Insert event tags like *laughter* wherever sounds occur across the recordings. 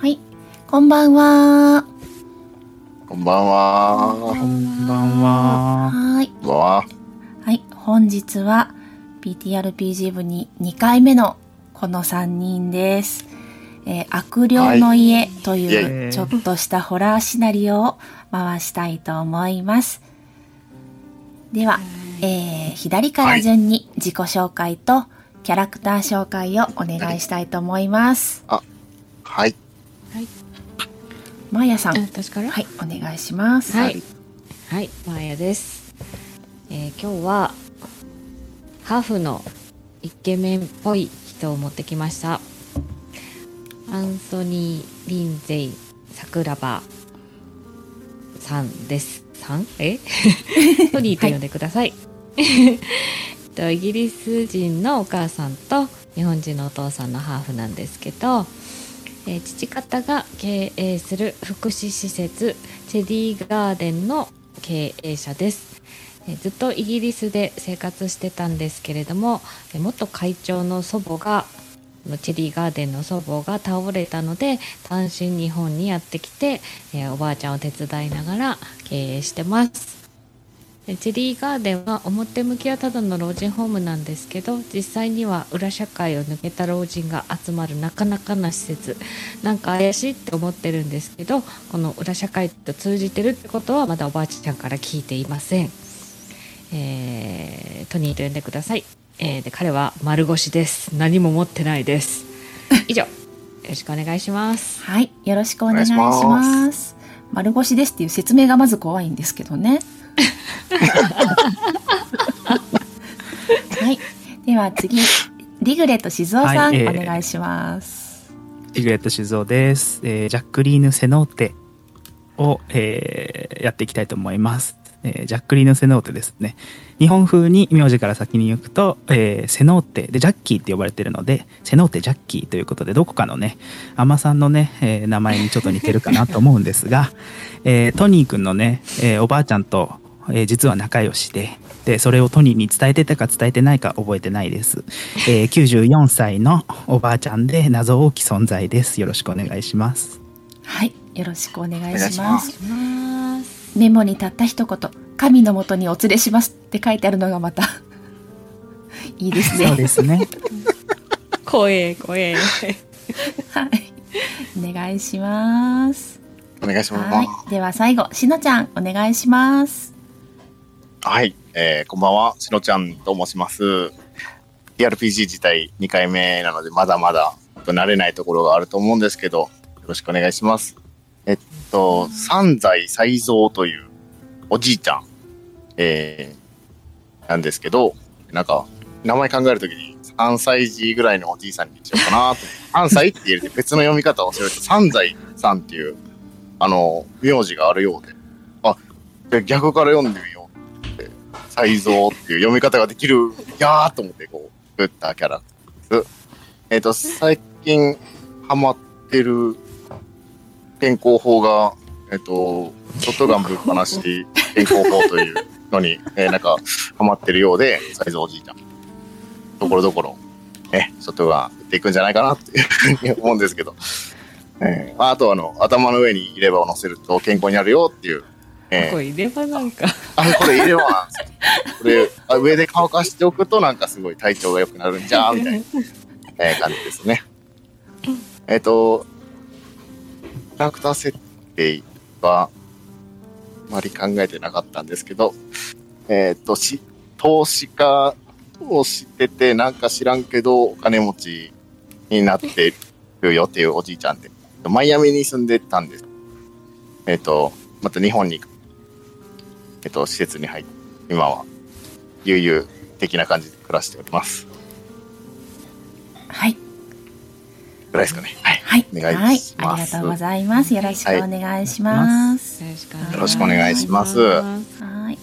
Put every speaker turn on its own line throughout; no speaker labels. はい。こんばんは。
こんばんは。
こんばんは。
はい。
こんばんは。
はい。本日は PTRPG 部に2回目のこの3人です。えー悪霊の家と
イ
い
エ
う
イ
ちょっとしたホラーシナリオを回したいと思います。では、えー左から順に自己紹介とキャラクター紹介をお願いしたいと思います。
はい。
マーヤさん。
うん私から
はい、お願いします。
はい
い。
はい、まあやです、えー今日はハーフのイケメンっぽい人を持ってきました。アンソニー・リンゼイ・桜庭さんです。さん *laughs* えソニーと呼んでください。えっとイギリス人のお母さんと日本人のお父さんのハーフなんですけど、えー父方が経営する福祉施設チェリーガーデンの経営者です、えーずっとイギリスで生活してたんですけれども、えー元会長の祖母がチェリーガーデンの祖母が倒れたので単身日本にやってきて、えーおばあちゃんを手伝いながら経営してますえチェリーガーデンは表向きはただの老人ホームなんですけど実際には裏社会を抜けた老人が集まるなかなかな施設なんか怪しいって思ってるんですけどこの裏社会と通じてるってことはまだおばあちゃんから聞いていません、えートニーと呼んでください、えーで彼は丸腰です何も持ってないです以上よろしくお願いします
はい、よろしくお願いし
お願いし
ま。
ます
丸腰ですっていう説明がまず怖いんですけどね。はい、では次、リグレット静雄さん、
はいえー
お願いします。
リグレット静雄です、えージャックリーヌ・セノーテを、えーやっていきたいと思います、えージャックリーヌ・セノーテですね日本風に名字から先に行くと、えーセノーテでジャッキーって呼ばれてるのでセノーテ・ジャッキーということでどこかのね海女さんのね、えー名前にちょっと似てるかなと思うんですが、 *laughs* えートニーくんのね、えーおばあちゃんと、えー実は仲良しででそれをトニーに伝えてたか伝えてないか覚えてないです、えー94歳のおばあちゃんで謎多き存在ですよろしくお願いします
はい、よろしくお願い
お願い
し
し
ま。
ます
ます
メモにたった一言、神のもとにお連れしますって書いてあるのがまた。いいです
そう
ね。
ですね
怖え怖え
はい、お願いします。
お願いします。
はい、では最後、しのちゃん、お願いします。
はい、えー、こんばんは、しのちゃんと申します。TRPG 自体2回目なので、まだまだ慣れないところがあると思うんですけど、よろしくお願いします。えっと、三財才蔵というおじいちゃん、えー、なんですけど、なんか、名前考えるときに、3歳児ぐらいのおじいさんにしようかなと。3歳って入れて別の読み方をすると、三財さんっていう、あの、名字があるようで、あ、で逆から読んでみよう。才蔵っていう読み方ができるやーと思ってこう作ったキャラです。えっ、と最近ハマってる健康法がえっ、とショットガンぶっ放し健康法というのに、えーなんかハマってるようで才蔵おじいちゃんところどころねショットガン打っていくんじゃないかなっていうふうに思うんですけど。えーまあ、あとあの頭の上に入れ歯を乗せると健康になるよっていう、えー
これ入れ歯なんか
あれこれ入れはこれあ上で乾かしておくとなんかすごい体調が良くなるんじゃーみたいな、えー感じですね。えっ、とキャラクター設定はあまり考えてなかったんですけど、えっ、とし投資家をしててなんか知らんけどお金持ちになってるよっていうおじいちゃんでマイアミに住んでたんです。えっ、とまた日本にえっと、施設に入って、今は、悠々的な感じで暮らしております。
はい。
ぐらいですかね。はい。
はい。
お願いします
はい。ありがとうございます。よろしくお願いします。
よ
よろしくお
願いします
はい。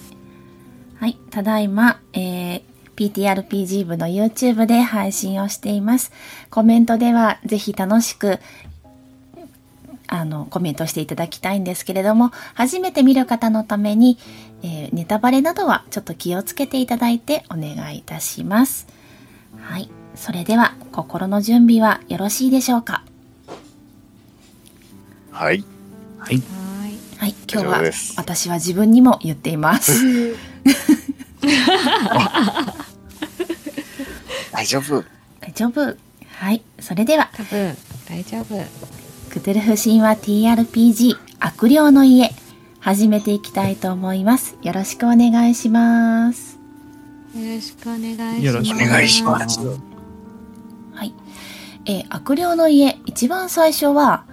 はい。ただいま、えー PTRPG 部の YouTube で配信をしています。コメントではぜひ楽しく、あの、コメントしていただきたいんですけれども、初めて見る方のために、えーネタバレなどはちょっと気をつけていただいてお願いいたします。はい。それでは、心の準備はよろしいでしょうか
はい。
はい。
はい。
はい、今日
以上
は
です
私は自分にも言っています。
*laughs* 大丈夫。
大丈夫。はい、それでは、
多分大丈夫。
クトゥルフ神話 TRPG 悪霊の家、始めていきたいと思います。よろしくお願いします。
よろしくお願いします。
よろしく
お願いします。
はい。えー悪霊の家、一番最初は、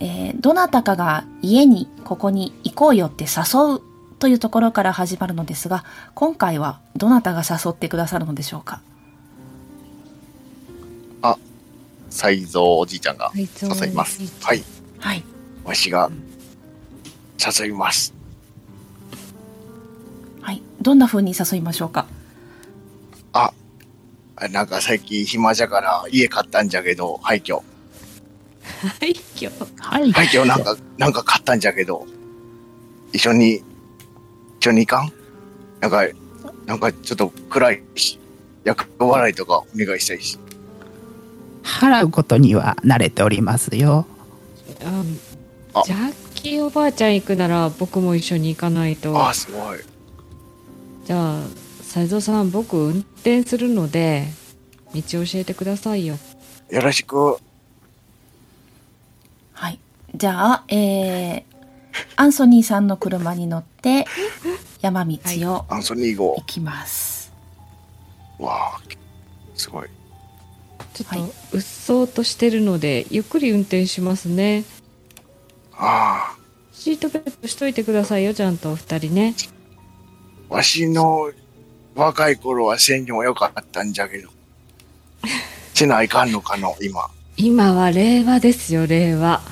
えーどなたかが家にここに行こうよって誘うというところから始まるのですが、今回はどなたが誘ってくださるのでしょうか
才蔵おじいちゃんが
はいどうも
誘います。はい。
はい。
わしが誘います。
はい。どんな風に誘いましょうか
あなんか最近暇じゃから家買ったんじゃけど、廃墟。
はい、今日。
はい。
廃墟なんか、なんか買ったんじゃけど、一緒に、一緒に行かんなんか、なんかちょっと暗いし、役笑いとかお願いしたいし。
払うことには慣れておりますよ。
うん
あ
ジャッキーおばあちゃん行くなら僕も一緒に行かないと。
ああ、すごい。
じゃあ、斎藤さん、僕運転するので、道教えてくださいよ。
よろしく。
はい。じゃあ、えー、アンソニーさんの車に乗って、山道を
アンソニー号
行。きます。
わあ、すごい。
ちょっと、
はいう
っそうとしてるので、ゆっくり運転しますね。
あ
シートベルトしといてくださいよ、ちゃんとお二人ね。
あ、わしの若い頃は線にも良かったんじゃけど、しないかんのかの、今。
今は令和ですよ、令和。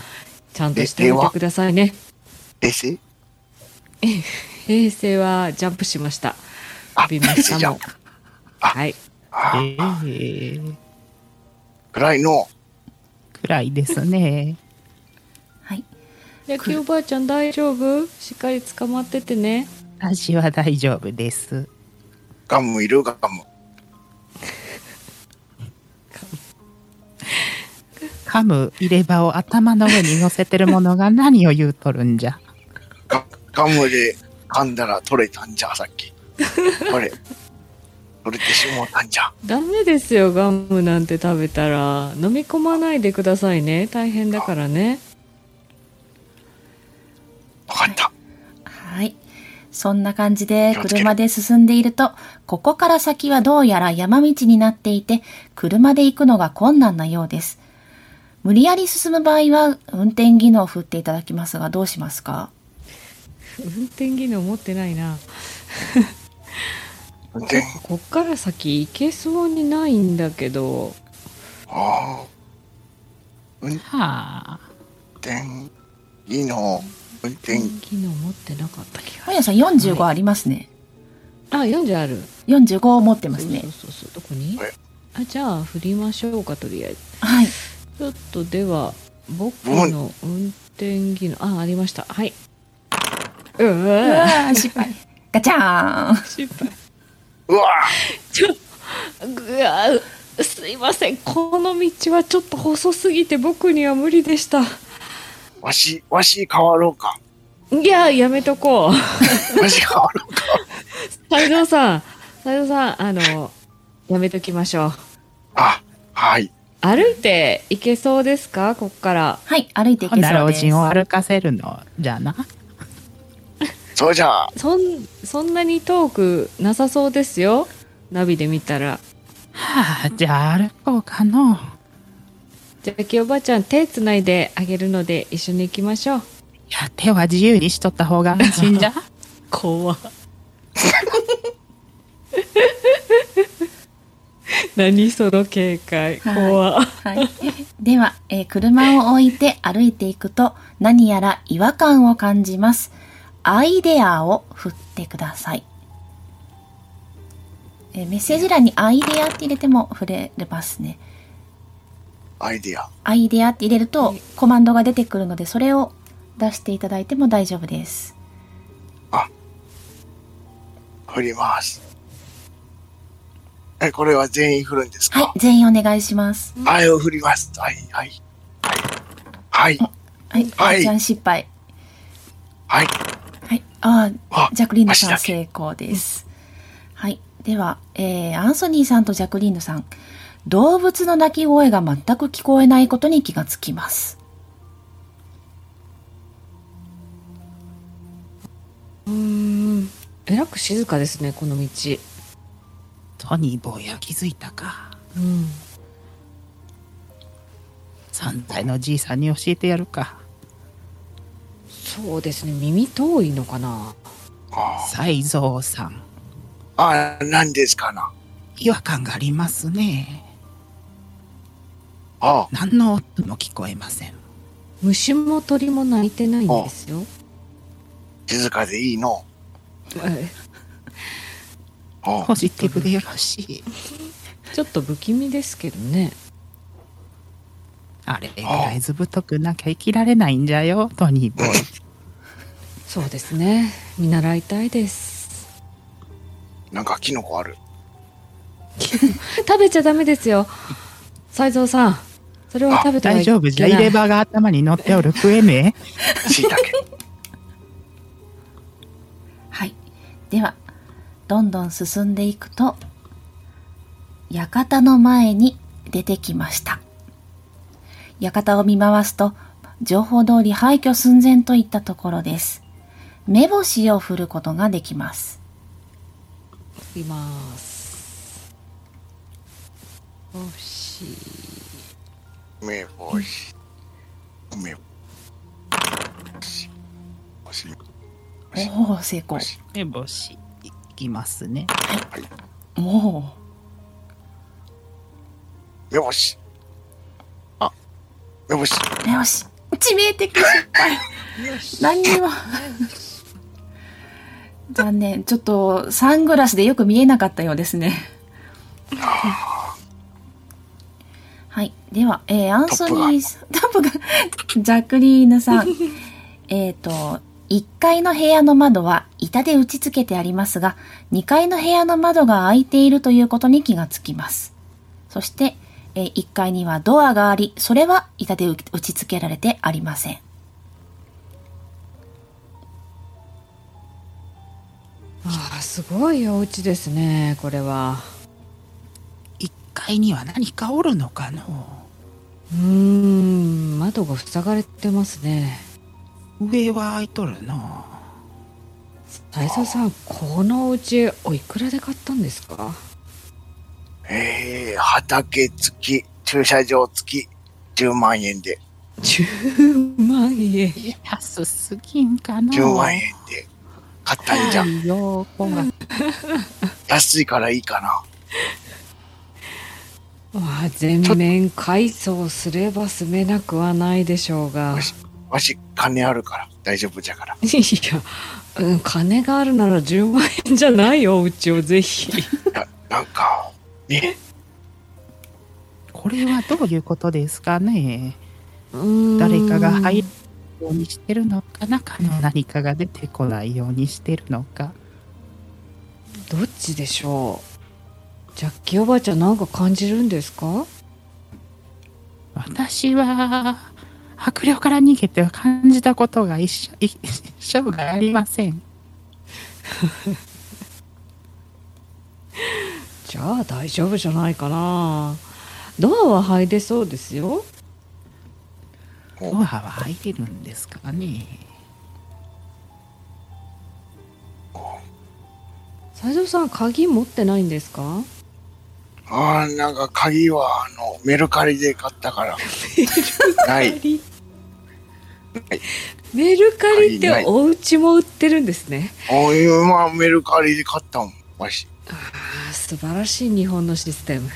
ちゃんとして
え令
おい
和
てくださいね。
衛星
平成はジャンプしました。
あ、
飛びましたもん。
あ
はい。
あ
えー、
暗いの。
暗いですね。
はい。
ジャッキーおばあちゃん大丈夫しっかり捕まっててね。
私は大丈夫です。
ガムいるガム。
噛む入れ歯を頭の上に乗せてるものが何を言うとるんじゃ。
ガガムで噛んだら取れたんじゃ、さっき。これ、取れてしもうたんじゃ。
ダメですよ、ガムなんて食べたら。飲み込まないでくださいね。大変だからね。
わかった。
はい。そんな感じで
気をつける
車で進んでいると、ここから先はどうやら山道になっていて、車で行くのが困難なようです。無理やり進む場合は、運転技能を振っていただきますが、どうしますか
運転技能持ってないな。
運転。
こっから先行けそうにないんだけど。
ああ。運
はあ。
転。いいの。運転。
運転技能持ってなかった気が
本屋さん45ありますね。
あ、40ある。
45を持ってます
そ
ね
う。そうそう。どこに
これ
あ、じゃあ振りましょうか、とりあえず。
はい。
ちょっとでは僕の運転技能あありましたはいう
うわ
わ
ー失敗。ガチャーン
失敗
うわ
ちょぐわーすいませんこの道はちょっと細すぎて僕には無理でした
わし、わし変わろうか。
いややめとこう
わし変わろうか。
斉藤さん斉藤さんあのやめときましょう
あ、はい。
歩いて行けそうですかこっから
はい、歩いてい
ほ
け
な
そう
老
です。
人を歩かせるのじゃな。
そうじゃあ、
そんそんなに遠くなさそうですよナビで見たら
はあ、じゃあ歩こうかの。
じゃあ、きおばあちゃん、手つないであげるので、一緒に行きまし *laughs* ょう。
いや、手は自由にしとった方が安心 *laughs* じゃ。
*laughs* 怖何その警戒、
はい
怖
はい、では、えー車を置いて歩いていくと何やら違和感を感じますアイデアを振ってください、えーメッセージ欄にアイデアって入れても振れれますね
アイディア。
アイデアって入れるとコマンドが出てくるのでそれを出していただいても大丈夫です
振ります。え、これは全員振るんです
は
か
い全員お願いします
はい、を振ります。はい、はい。はい。
はい。
は
あ
い
ーちゃん失敗。
はい。
はい。あ
あ
あ、ジャクリーヌさん
足だけ
成功です。はい。では、えー、アンソニーさんとジャクリーヌさん、動物の鳴き声が全く聞こえないことに気がつきます。
うーん。えらく静かですね、この道。
トニー坊や気づいたか
うん。
3歳のじいさんに教えてやるか
そうですね、耳遠いのかな。
あ
才蔵さん
ーあー、何ですかな。
違和感がありますね
あ
何の音も聞こえません
虫も鳥も鳴いてないんですよ。
ー静かでいいの。
え
あ
ポジティブでよろしい
ちょっと不気味ですけどね。
あれぐらいずぶとくなきゃ生きられないんじゃよトニ *laughs* ー坊や
そうですね、見習いたいです。
ーなんかキノコある。
食べちゃダメですよ。斉蔵さん、それは食べては
大
いけな
丈
い。
夫じゃ入れ歯が頭に乗っておる食えねえ
椎茸。
はい。では、どんどん進んでいくと、館の前に出てきました。館を見回すと、情報通り廃墟寸前といったところです。目星を振ることができます。
います。おし
梅干し。梅干し。星
おお、成功。
星
*laughs* 目星いきますね
おおー。
梅干し。あ、梅干し。
よし致命的失敗何にも残念ちょっとサングラスでよく見えなかったようですねはいでは、えーアンソニーさんトップがジャクリーヌさん *laughs* えっと1階の部屋の窓は板で打ち付けてありますが2階の部屋の窓が開いているということに気がつきますそして、えー1階にはドアがあり、それは板で打打ち付けられてありません。
ああ、すごいお家ですね、これは。
1階には何かおるのかの
うーん、窓が塞がれてますね。
上は開いとるの
斉藤さん、このお家、おいくらで買ったんですか
ええ畑付き、駐車場付き、10万円で、
?10 万円。
安すぎんかの
10万円で買ったんじゃん。
よこが
*laughs* 安いからいいかな。
まあ、全面改装すれば住めなくはないでしょうが。
よしわし、金あるから、大丈夫じゃから。
いや、うん、金があるなら10万円じゃないよ、うちをぜひ。
ななんか、ね、
これはどういうことですかね誰
誰
かが入るようにしてるのか中の何かが出てこないようにしてるのか
どっちでしょうジャッキーおばあちゃんなんか感じるんですか
私は悪霊から逃げては感じたことが一生一一生涯ありません
じゃあ大丈夫じゃないかなドアは入れそうですよ
ドアは入れるんですかね
斉藤さん鍵持ってないんですか
あーなんか鍵は、あの、メルカリで買った
*laughs*
から。ない。
メルカリって
ない
お家も売ってるんですね
おい、まあ、メルカリで買ったもん、わし。
あー素晴らしい日本のシステム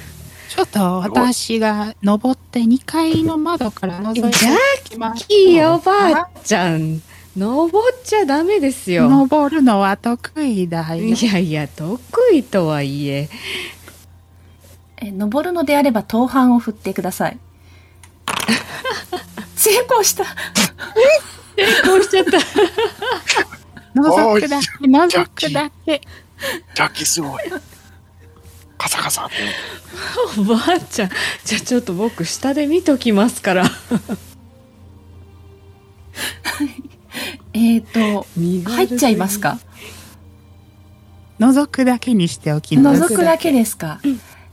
ちょっと私が登って2階の窓から
ジ
覗
ャ
い
ッ
てきます
キーおばあちゃん登っちゃダメですよ
登るのは得意だよ
いやいや得意とはいえ *laughs*
え、登るのであれば盗犯を振ってください。 *laughs* 成功した
こうしちゃった
覗くだけ覗くだけ
ジャッキすごい。カサカサって。
おばあちゃんじゃあちょっと僕下で見ときますから
えっ、と、入っちゃいますか
覗くだけにしておきます。
覗くだけですか、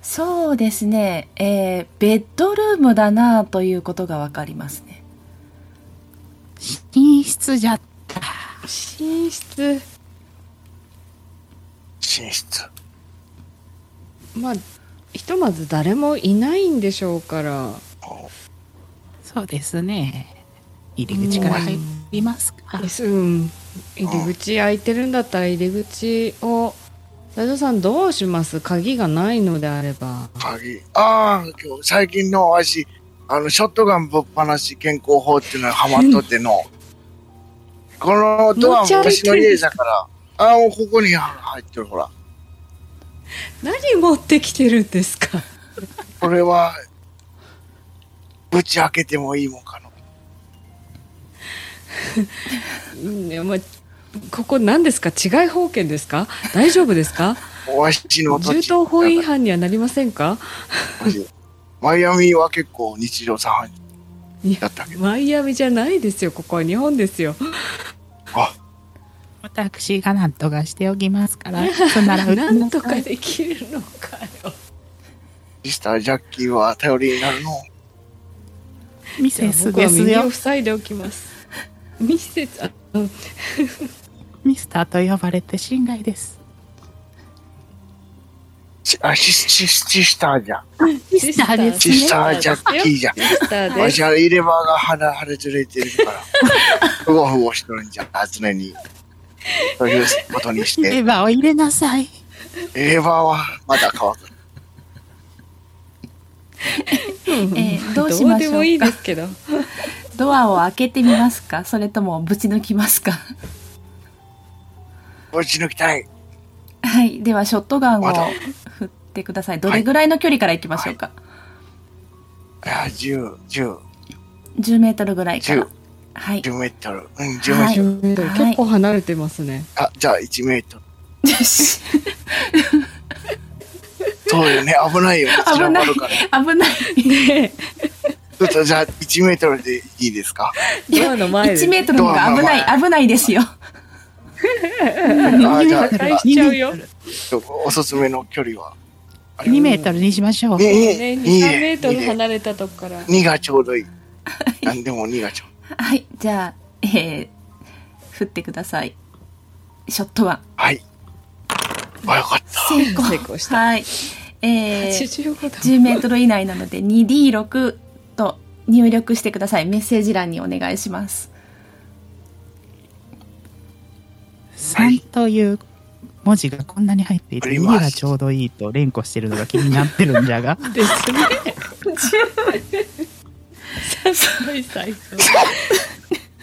そうですね、えー、ベッドルームだなということがわかりますね。
寝室じゃった。
寝室
寝室。
まあひとまず誰もいないんでしょうから
そうですね。入り口から入りますか。
ですうん入り口開いてるんだったら入り口を斉藤さんどうします鍵がないのであれば
鍵。ああ、今日最近のわし、あの、ショットガンぶっ放し健康法っていうのはハマっとっての。このドアも私の家だから、ああー、もうここに入ってる、ほら。
何持ってきてるんですか
これは、ぶち開けてもいいもんかの。
うんいやまあここ何ですか治外法権ですか大丈夫ですか
わしの土
銃
地だから。
刀法違反にはなりませんか
マイアミは結構日常茶飯事だったけど。
マイアミじゃないですよここは日本ですよ
あ、
私がなんとかしておきます *laughs* から。そんなら
なんとかできるのかよ
ミスタージャッキーは頼りになるの。
ミ
じゃあ
セス
僕は
です
耳
よ
を。塞いでおきますミセスあうん
ミスターと呼ばれて心外です。
しあ、シス、シス、シスターじゃん。
ミスターですね
シスタージャッキーじゃん。
ミスターで
わ
す
しは入れ歯が鼻腫れずれてるから、ふごふごしとるんじゃ、常に。ということにし
レ
て、
バーを入れなさい。
入れ歯はまだ乾く。
えーどうしましょうか
どうでもいいですけど
ドアを開けてみますかそれともぶち抜きます *laughs* か
こっち抜きたい。
はい、ではショットガンを
まだ
振ってください。どれぐらいの距離から行きましょうか、
あ、10、10、
10メートルぐらいから
10。
はい。 *laughs*
10メートル。うん、10メートル。
はい
結構離れてますね、
あ、じゃあ1メートル。
よし
そうよね、危ないよね。
危ない
散らばるから。
危ない。
ね
ちょっとじゃあ1メートルでいいですか。
いや
ドアの前です
1メートルの方が危な
ドアの
い、危ないですよ。
あ、じゃあ
破、壊しちゃうよ、ね、
おすすめの距離は。
2メートルにしましょう。
2
23メ
で
ートル
2で
離れたとこから
2がちょうどいい。なんでも2がちょうどいい。
はい、じゃあ、えー、振ってください。ショットガン。
はい。あ、よかった。
成功。
成功した
はい。えー、
85だ
10メートル以内なので 2D6 と入力してください。メッセージ欄にお願いします。
3という文字がこんなに入っていて、
あり
2
ます
がちょうどいいと連呼してるのが気になってるんじゃ *laughs* が。
ですねすごい最高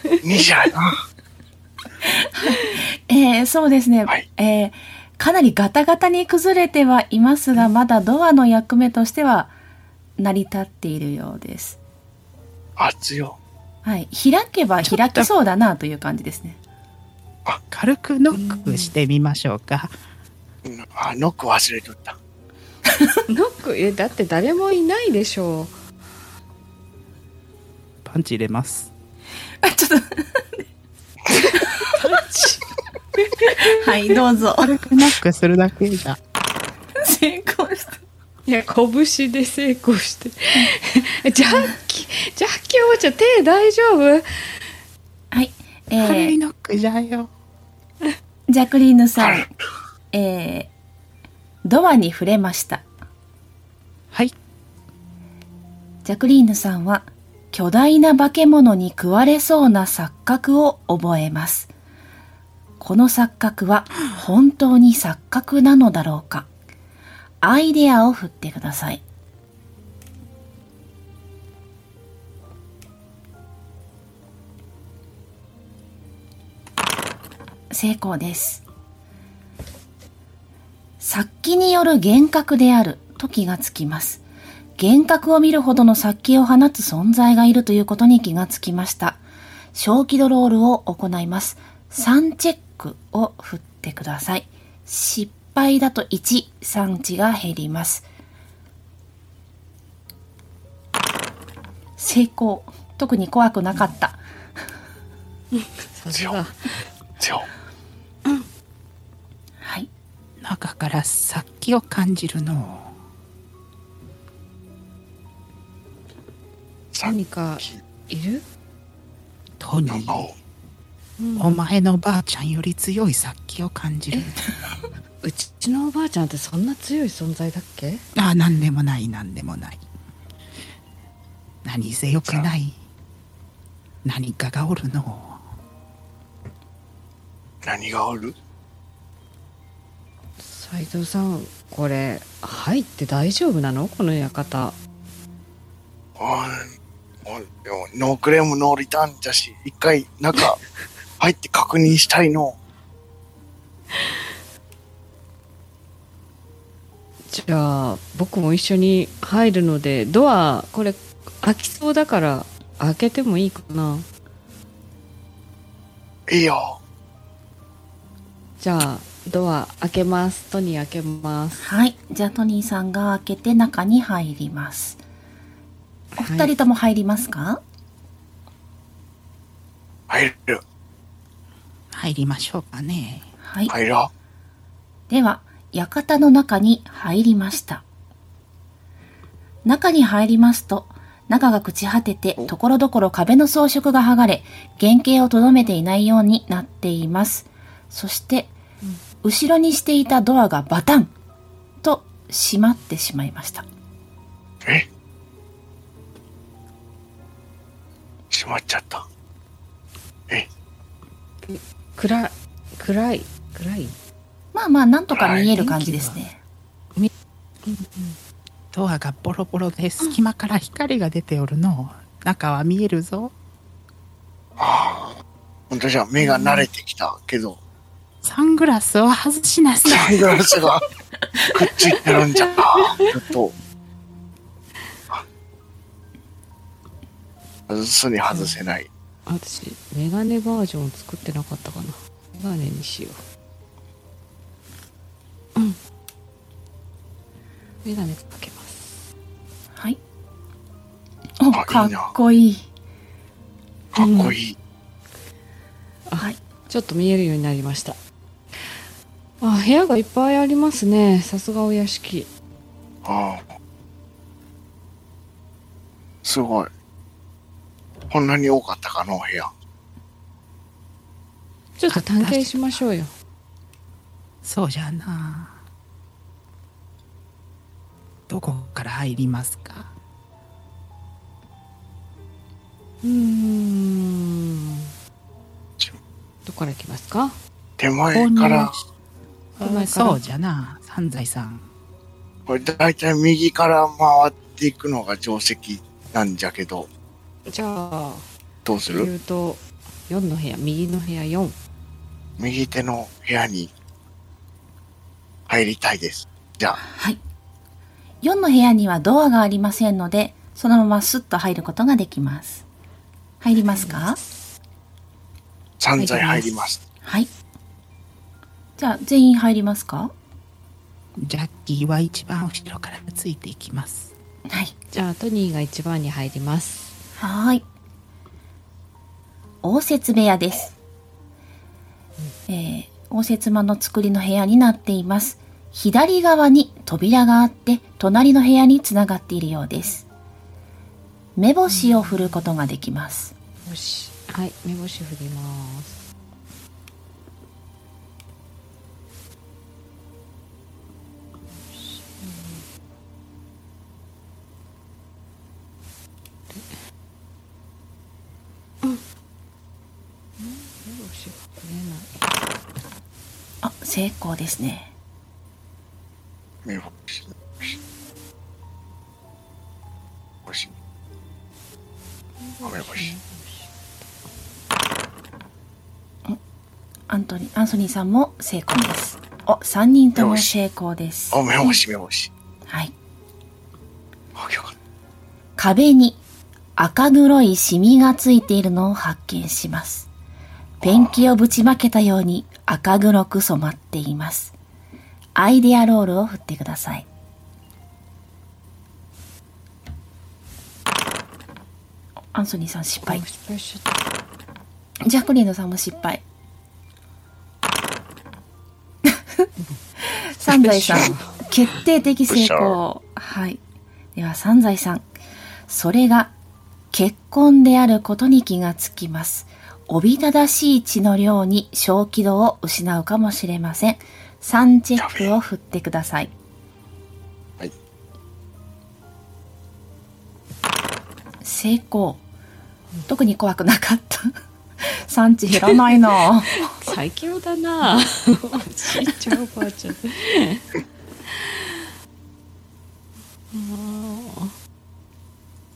2じゃな。
えー、そうですね。
はい
えーかなりガタガタに崩れてはいますが、まだドアの役目としては成り立っているようです。
熱よ。
はい。開けば開きそうだなという感じですね。
軽くノックしてみましょうか。
うんあ、ノック忘れとった。
ノックえだって誰もいないでしょ
パンチ入れます。
あ、ちょっと。はい、どうぞ。
軽くノックするだけじゃ。
成功した。
ういや拳で成功して *laughs* ジャッキジャッキおばちゃん手大丈夫
はい。え
軽い
ー、
ノックじゃよ。
ジャクリーヌさ
は
ん
い、
えー、ドアに触れました。
はい。
ジャクリーヌさんは巨大な化け物に食われそうな錯覚を覚えます。この錯覚は本当に錯覚なのだろうか。アイデアを振ってください。成功です。殺気による幻覚であると気がつきます。幻覚を見るほどの殺気を放つ存在がいるということに気がつきました。小気ドロールを行います。3チェックを振ってください。失敗だと1、3値が減ります。成功。特に怖くなかった。
さす *laughs* が
じゃあ
はい。
中から殺気を感じるの
何かいる
トニ
なんかを
ーお前のばあちゃんより強い殺気を感じる
うちのおばあちゃんってそんな強い存在だっけ
ああ何でもない何でもない何せよくない何かがおるの
何がある
斉藤さんこれ入って大丈夫なのこの館
あいでもノークレームノーリターンじゃし一回中入って確認したいの
じゃあ僕も一緒に入るのでドアこれ開きそうだから開けてもいいかない
いよ
じゃあドア開けますトニー開けます
はい。じゃあ、トニーさんが開けて中に入ります。お二人とも入りますか、
入る
入りましょうかね
はい、
入ろ
では、館の中に入りました。中に入りますと、中が朽ち果てて、ところどころ壁の装飾が剥がれ、原型をとどめていないようになっています。そして、後ろにしていたドアがバタンと閉まってしまいました。
うえ閉まっちゃったえ
暗い暗い暗い
まあまあ、なんとか見える感じですね。
ドアがボロボロで隙間から光が出ておるの中は見えるぞ
本当じゃ目が慣れてきたけど
サングラスを外しなさい
サングラスがくっついてるんじゃちょっとあ外すに外せない
私メガネバージョン作ってなかったかなメガネにしよううんメガネかけます
はい。お、
あ
か
い
っ
いな
こいい。
かっこいい、
はい。
ちょっと見えるようになりましたあ部屋がいっぱいありますねさすがお屋敷
ああすごいこんなに多かったかの部屋
ちょっと探検しましょうよ
そうじゃなどこから入りますか
うーん
ちょ
どこから行きますか
手前から
手前から
そうじゃな三財さん
これ大体右から回っていくのが定石なんじゃけど
じゃあ
どうする
言うと4の部屋右の部屋4
右手の部屋に入りたいですじゃあ
はい。4の部屋にはドアがありませんので、そのままスッと入ることができます。入りますか
散財入ります
はい。じゃあ、全員入りますか
ジャッキーは一番後ろからついていきます
はい。
じゃあトニーが1番に入ります
はーい。応接部屋です。えー、応接間の作りの部屋になっています。左側に扉があって、隣の部屋につながっているようです。目星を振ることができます。
よしはい目星振りますうん目星が振れない
あ、成功ですね。
目星星あ目星
アントニー、アンソニーさんも成功です。お、3人とも成功です。
あ目星目星
はい。
あよかっ
壁に赤黒いシミがついているのを発見します。ペンキをぶちまけたように赤黒く染まっています。アイデアロールを振ってください。アンソニーさん失敗。
失敗しちゃった
ジャクリーヌさんも失敗。 *laughs* 三財さん、決定的成功。はい。では、三財さん。それが、結婚であることに気がつきます。おびただしい血の量に小気度を失うかもしれません。3チェックを振ってください。
はい。
成功。特に怖くなかった。産地減らない
*laughs*
な。
最強だなおじい *laughs* ちゃんおばあちゃんあー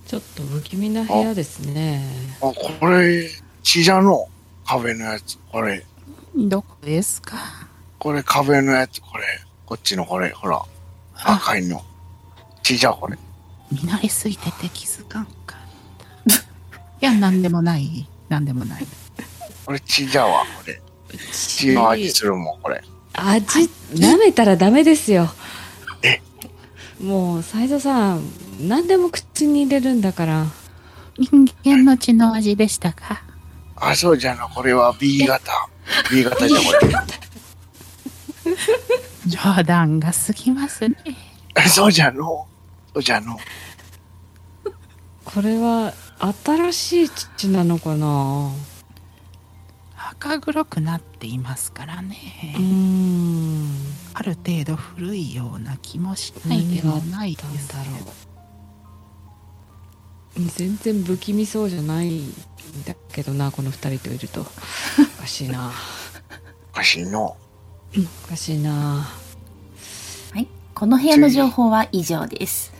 ちょっと不気味な部屋ですね
あ、これ、血じゃの壁のやつ。これ、
どこですか
これ壁のやつ、これ。こっちのこれ、ほら。赤いの。血じゃ、これ。
見慣れすぎてて気づかんかった。いや、なんでもない。なんでもない。
これ血じゃわ、これ。血の味するもん、これ。
味舐めたらダメですよ
え
もう斉藤さん何でも口に入れるんだから
人間の血の味でしたか
あ、そうじゃな、これは B 型。B 型じゃ、こ
冗談が過ぎますね。
れ。そうじゃの。そうじゃの。
これは新しい父なのかな
赤黒くなっていますからね。
うーん
ある程度古いような気もしないでもないで
何があっ
す
たんだろ
け
う
ど。
全然不気味そうじゃないんだけどなこの二人と
*laughs*
いるとおかしいな
おかしいの。
おかしいな
はい。この部屋の情報は以上です。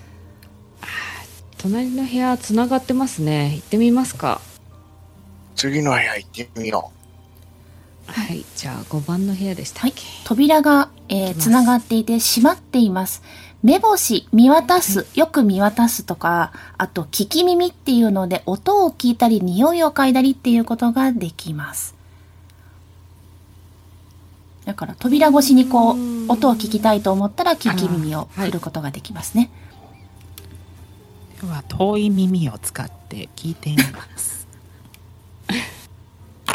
隣の部屋つながってますね行ってみますか
次の部屋行ってみよ
はいじゃあ5番の部屋でした
はい。扉が、えー、
いきます
つながっていて閉まっています。目星、見渡す、よく見渡すとか、あと、聞き耳っていうので、音を聞いたり、匂いを嗅いだりっていうことができます。だから、扉越しにこ
う
う、
ん
音を聞きたいと思ったら、聞き耳を振ることができますね。
では遠い耳を使って聞いてみます。
あ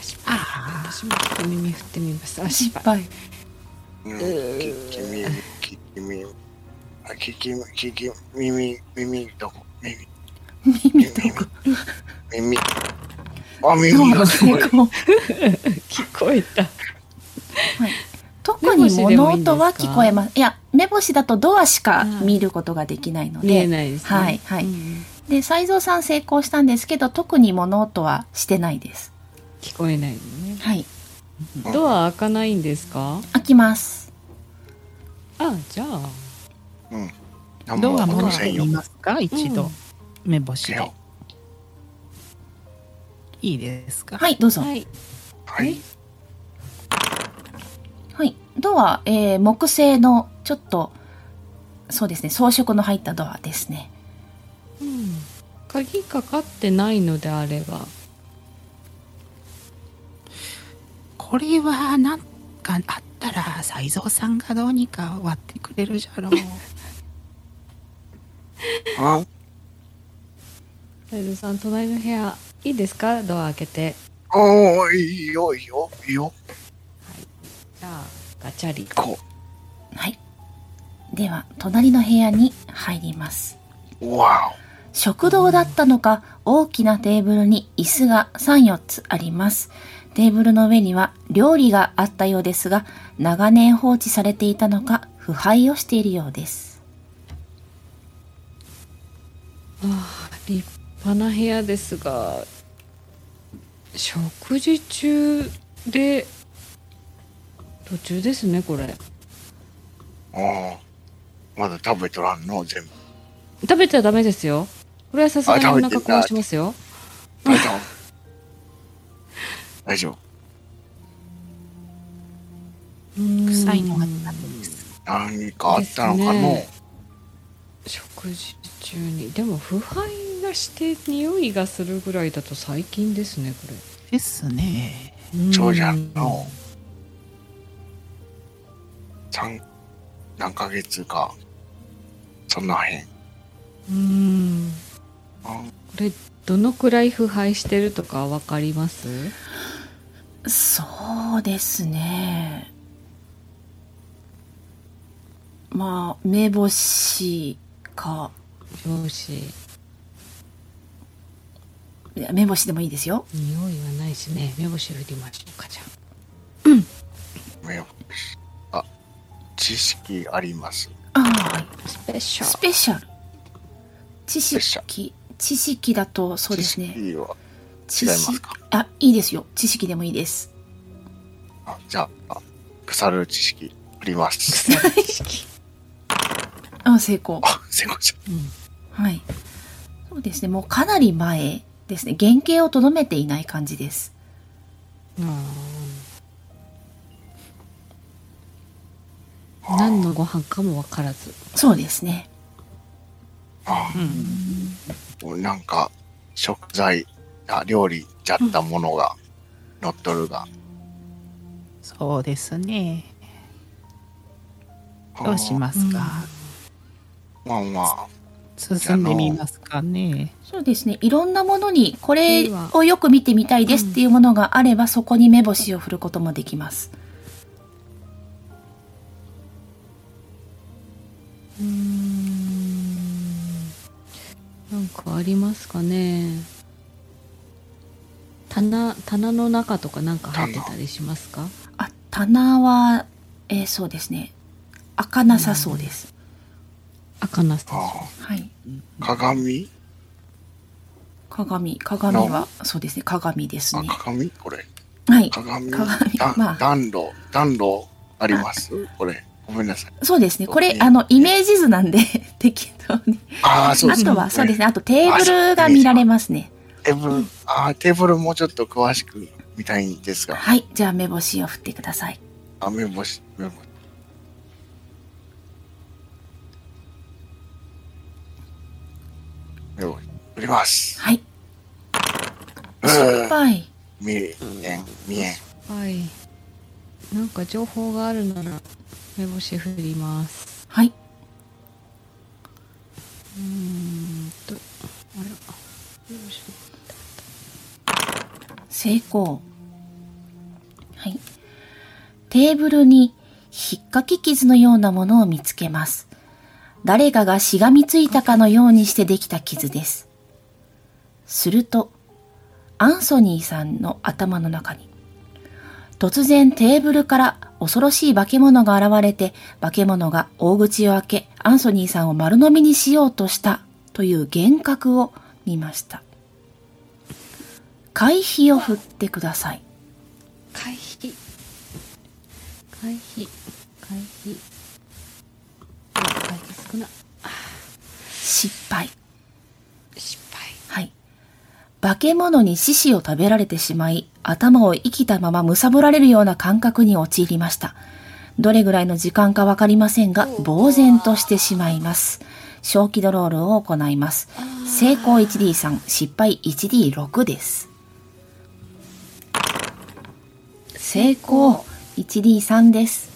失敗
あ
私もちょっと耳振ってみますあ失
失
敗
敗。
う。うん、聞き耳、聞き耳。あ、聞き、聞き耳、耳どこ耳、
耳とか。
耳。あ、耳がすごい。
こう
聞こえた
特に物音は聞こえます。いや、目星だとドアしか
うん
見ることができないので。
見えないですね
はい、はい。
うん
で、斎蔵さん成功したんですけど、特に物音はしてないです。
聞こえないのね
はい。
ドア開かないんですか
開きます。
あじゃあ
うん。
あ、ドア
なんも
戻
ま
し
せ
て
んよ
み。ますか一
う
度
ん。
目星
せ
で
よ。
いいですか
はい、どうぞ。はい。
はい
はい。
ドア、えー、木製の、ちょっと、そうですね、装飾の入ったドアですね。
うん鍵かかってないのであれば
これはなんかあったら斎蔵さんがどうにか割ってくれるじゃろう。
あ、
斉藤さん隣の部屋いいですかドア開けて
おー、いいよ、いいよ、いいよ。
じゃあガチャリ
こ
はい。では、隣の部屋に入ります。
う。わ
食堂だったのか、大きなテーブルに椅子が3、4つあります。テーブルの上には料理があったようですが、長年放置されていたのか、腐敗をしているようです。
ああ立派な部屋ですが食事中で途中ですねこれ
お。うん。まだ食べとらんの全部。
食べちゃダメですよこれはさすがにお
あ食べて
腹
んだ
壊しますよ
大丈夫。大丈夫。
臭
臭
いのがあったんです。
何かあったのかの、
食事中にでも腐敗がして匂いがするぐらいだと最近ですねこ
ですね。
れ
そうじゃの三何ヶ月かそんなへん
うんこれどのくらい腐敗してるとかわかります
そうですね。まあ、目星か、
上司
いや目星でもいいですよ。
匂いはないしね目星振りましょうかじゃあ
目をあ知識あります
あ
スペシ
あ、ス
ャ
ペシャル。知
スペ
識、知識だとそうです
知
ね。
識は
知
識違いますか
識あ、いいですよ。知識でもいいです。
あじゃああ腐る知識ありま
*laughs*
す
ル知識
あ、成功。
あ成功し
うん
はい。そうですね。もうかなり前ですね。原型をとどめていない感じです。
うん何のご飯かも分からず
そうですね。
たもうなんか食材あ料理じゃったものが乗っとるが、
そうですね。どうしますか、
すまあまあ
進んでみますかね。
そうですね。いろんなものに、これ
いいわ
をよく見てみたいですっていうものがあれば、そこに目星を振ることもできます。
うーんなんかありますかね棚棚の中とかなんか入ってたりしますか
あ、棚は、えーそうですね。開かなさそうです。
赤ナスでしょ
あ
はい。
鏡
鏡、鏡は、そうですね。鏡です
あ
ね。
鏡これ
はい。
鏡
鏡
だ
まあ
暖炉暖炉ありますこれごめんなさい
そうですね。これ
ね、
あの、イメージ図なんで、 *laughs* 適当に。
ああそう
あ
です
とは、そうですね。あと、テー
あ
ブ
そう
ルが見られますね。
テーブル、あーテーブルもうちょっと詳しく見たいんですが、
はい。じゃあ、目星を振ってください。
あ、目星、目星。目星、振ります。
はい。
う
失
ー
敗。
見えん、見えん。
はいなんか情報があるなら目星振ります
はい。
うーんとあれ目星振っ
成功。はい。テーブルに引っかき傷のようなものを見つけます。誰かがしがみついたかのようにしてできた傷です。すると、アンソニーさんの頭の中に、突然テーブルから恐ろしい化け物が現れて、化け物が大口を開け、アンソニーさんを丸飲みにしようとしたという幻覚を見ました。回避を振ってください。
た回避回避回避あ回避少ない
失敗。
失敗
はい。化け物に獅子を食べられてしまい、頭を生きたまま貪られるような感覚に陥りました。どれぐらいの時間かわかりませんが、呆然としてしまいます。小気ドロールを行います。成功 1D3、失敗 1D6 です。成功 1D3 です。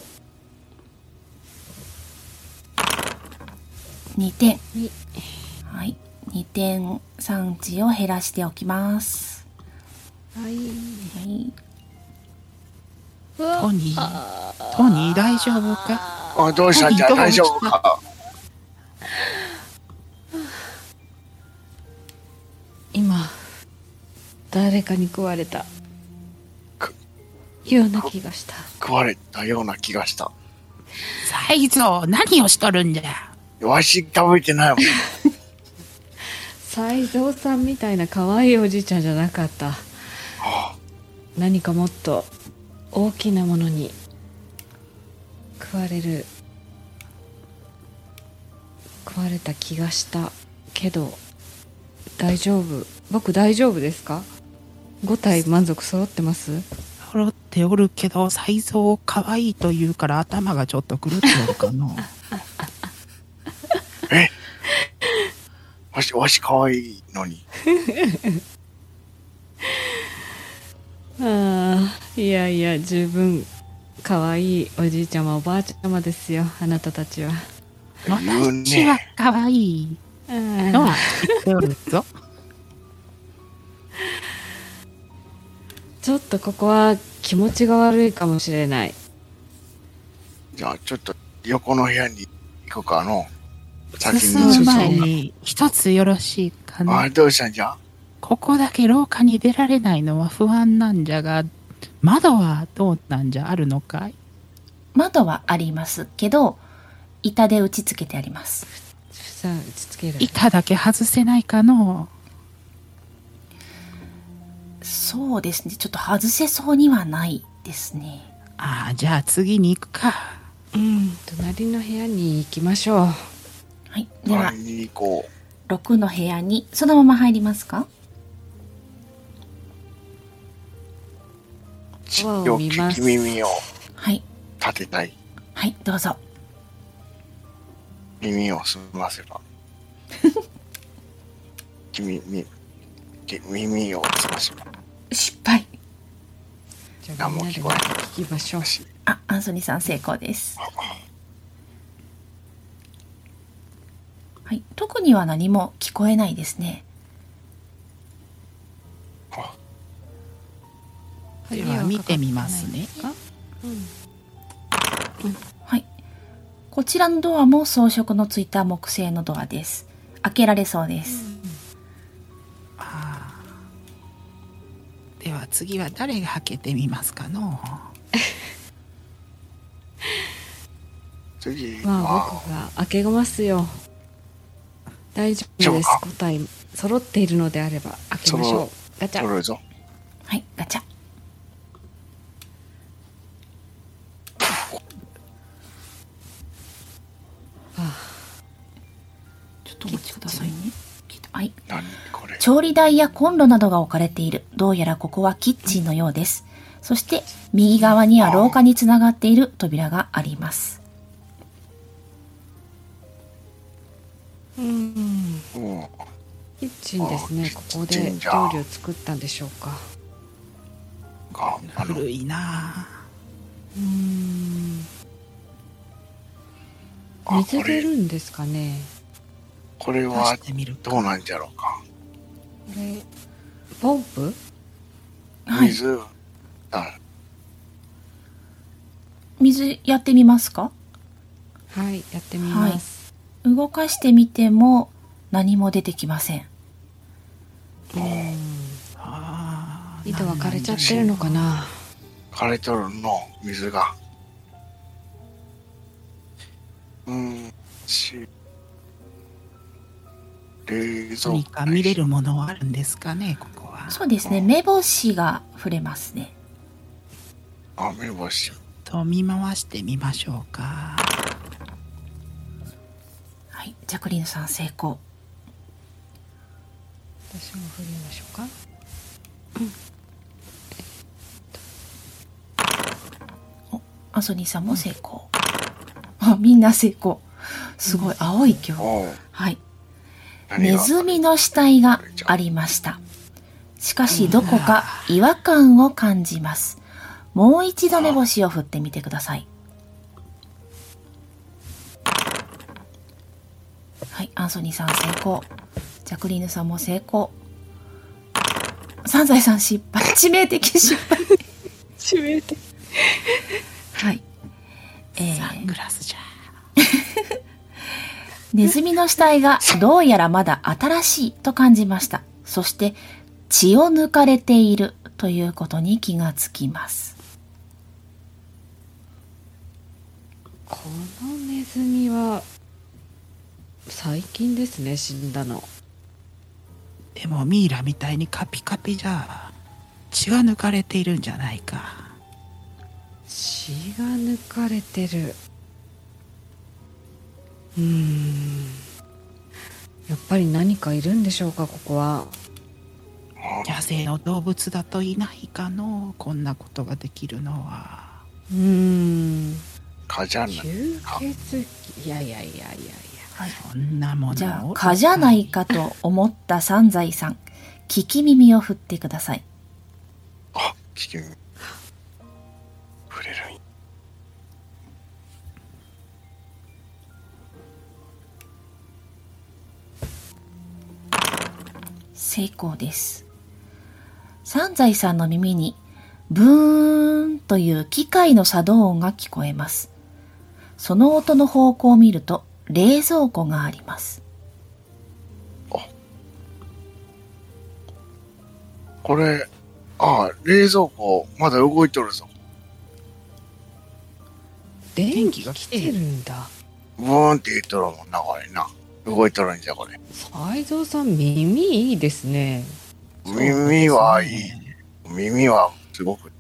2点。
に
はい。2点産地を減らしておきます。
はい
はい。
うわ
トニー、トニー大丈夫か
あ、どうしたんじゃ、
どう
大丈夫か。
今誰かに食われた
く
ような気がした
食われたような気がした。
才蔵、何をしとるんじゃ
わし食べてないもん。
才蔵さんみたいな可愛いおじいちゃんじゃなかった何かもっと大きなものに食われる食われた気がしたけど大丈夫僕大丈夫ですか5体満足揃ってます
揃っておるけど、才蔵可愛いと言うから頭がちょっと狂っておる
*laughs*
かの。
えわし、わし可愛いのに。
ああいやいや十分可愛いおじいちゃまおばあちゃまですよあなたたちは
言う
私は
ね。
可愛い。うん
のは言っておるぞ。
ちょっとここは気持ちが悪いかもしれない
じゃあちょっと横の部屋に行こうかの。先
進
に
む
進
前
むか。
に一つよろしいか
あ
な
れどうしたんじゃ
ここだけ廊下に出られないのは不安なんじゃが窓はどうなんじゃあるのかい
窓はありますけど、板で打ち付けてあります。
さあ打ちつける
板だけ外せないかの
そうですね。ちょっと外せそうにはないですね。
ああじゃあ次に行くか
うん隣の部屋に行きましょう
はい。では
隣、に行こう。
6の部屋にそのまま入りますか
地
ドア
を
を見ま
聞
す
き耳を
はい。
立てたい。
はい、どうぞ。
耳を澄ませ
*laughs*
ば。君、み、耳を澄ませば。
失敗。
じゃあ
あ
みん
もう
なで
聞こえ
聞きましょう
あ、アンソニーさん成功です。はい、特には何も聞こえないですね。
では見てみますね
はい。こちらのドアも装飾のついた木製のドアです。開けられそうです。
あーでは次は誰が開けてみますかの
次
まあ
は、
僕が開けますよ大丈夫です
そうか
答え揃っているのであれば開けましょ
揃
うガチ
取
ャ
るぞ。
はい、ガチャ。ちょっとお待ちくださいね。はい。
何これ。
調理台やコンロなどが置かれている。どうやらここはキッチンのようです。そして、右側には廊下につながっている扉があります。
うん
うん。
キッチンです
あ
ね
ー
ここ
キッ
で
チンじゃ
料理を作ったんでしょうか
か、あの、
古いなあ
うん
あ
水
こ
出
れ、
るんですかね
これ
出
は
してみるか
どうなんじゃろうか。
これポンプ
はい。
水、あ、
水やってみますか
はいやってみます、
動かしてみても何も出てきません。
うん
あー
糸は枯れちゃってるのかな
枯れとるの、水が。うん、し、冷蔵
何か見れるものはあるんですかねここは
そうですね。目星が触れますね。
あ、目星。
と見回してみましょうか
はい。ジャクリーンさん成功。
私も振りましょうか。
アンソニーさんも成功。 *laughs* あ、みんな成功。すごい、青い今日。
おう、
はい。
何
ネ
が
ズミの死体がありました。しかしどこか違和感を感じます。もう一度目星を振ってみてください。はい、アンソニーさん成功。ジャクリーヌさんも成功。サンザイさん失敗。致命的失敗。
致命的。
はい。え
サン
ー、
グラスじゃ
ネズミの死体がどうやらまだ新しいと感じました。そして血を抜かれているということに気がつきます。
このネズミは最近ですね死んだの。
でもミイラみたいにカピカピじゃ血が抜かれているんじゃないか
血が抜かれてる。うーん。やっぱり何かいるんでしょうかここは。
野生の動物だといないかのこんなことができるのは
うーん。
蚊じゃない。
吸血鬼いやいやいやいやいや。
そんなもの
じゃあ
を
蚊じゃないかと思った三財さん、聞き耳を振ってください。
あ、聞き耳。触れるんや
成功です。三財さんの耳に、ブーンという機械の作動音が聞こえます。その音の方向を見ると、冷蔵庫があります。
これ、ああ、冷蔵庫、まだ動いとるぞ。
電
電
気
気
が
が
来
来
て
て
る
る
んだ
ブーンって言っとるもんな、これな。動いとるんじゃ、これ。
斎藤さん耳いいですね
耳はいい。耳はすご *laughs* く、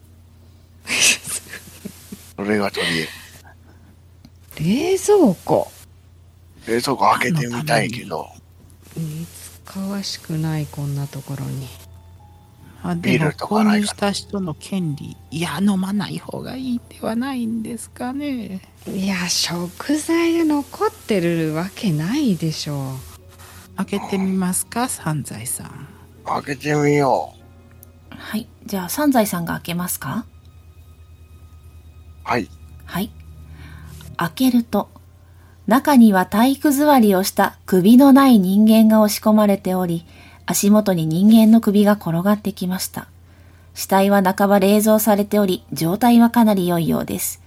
それが取り
冷蔵庫
柄。冷蔵庫開けてみたいけど、
見つかわしくないこんなところに
あで
ビー
も
ルとかな
購
いか
入した人の権利いや飲まない方がいいではないんですかね
いや食材が残ってるわけないでしょ
開けてみますか三財さん
開けてみよう。
はい。じゃあ、三財さんが開けますか
はい。
はい。開けると、中には体育座りをした首のない人間が押し込まれており、足元に人間の首が転がってきました。死体は半ば冷蔵されており、状態はかなり良いようです。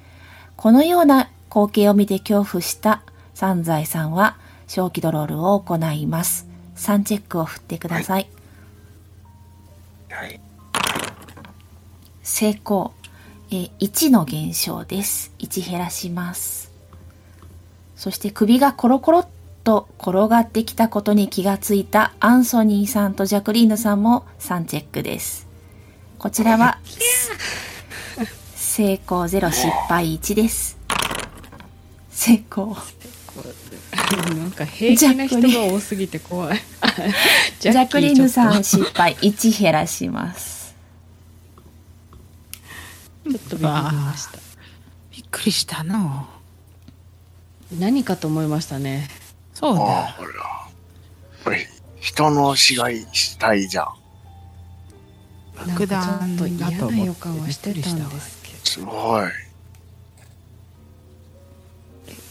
このような光景を見て恐怖した三財さんは、正気ドロールを行います。3チェックを振ってください。
はい。
成功、えー1の減少です1減らしますそして首がコロコロっと転がってきたことに気がついたアンソニーさんとジャクリーヌさんも3チェックですこちら *laughs* は成功0失敗1です成功
う *laughs* なんか平気な人が多すぎて怖い
ジャクリーヌさ
ちょ
ん失敗1減らします
っとびっくりしました
びっくりしたの
何かと思いましたね
そう
ああ、
だ
これは。これ、人の死骸したいじゃん。
なんかち
爆
ょ
弾
っと嫌
だと
な
思
予
って
感は
び
し
ってくり
た
し
ん
た
で
わ
すけど
すごい。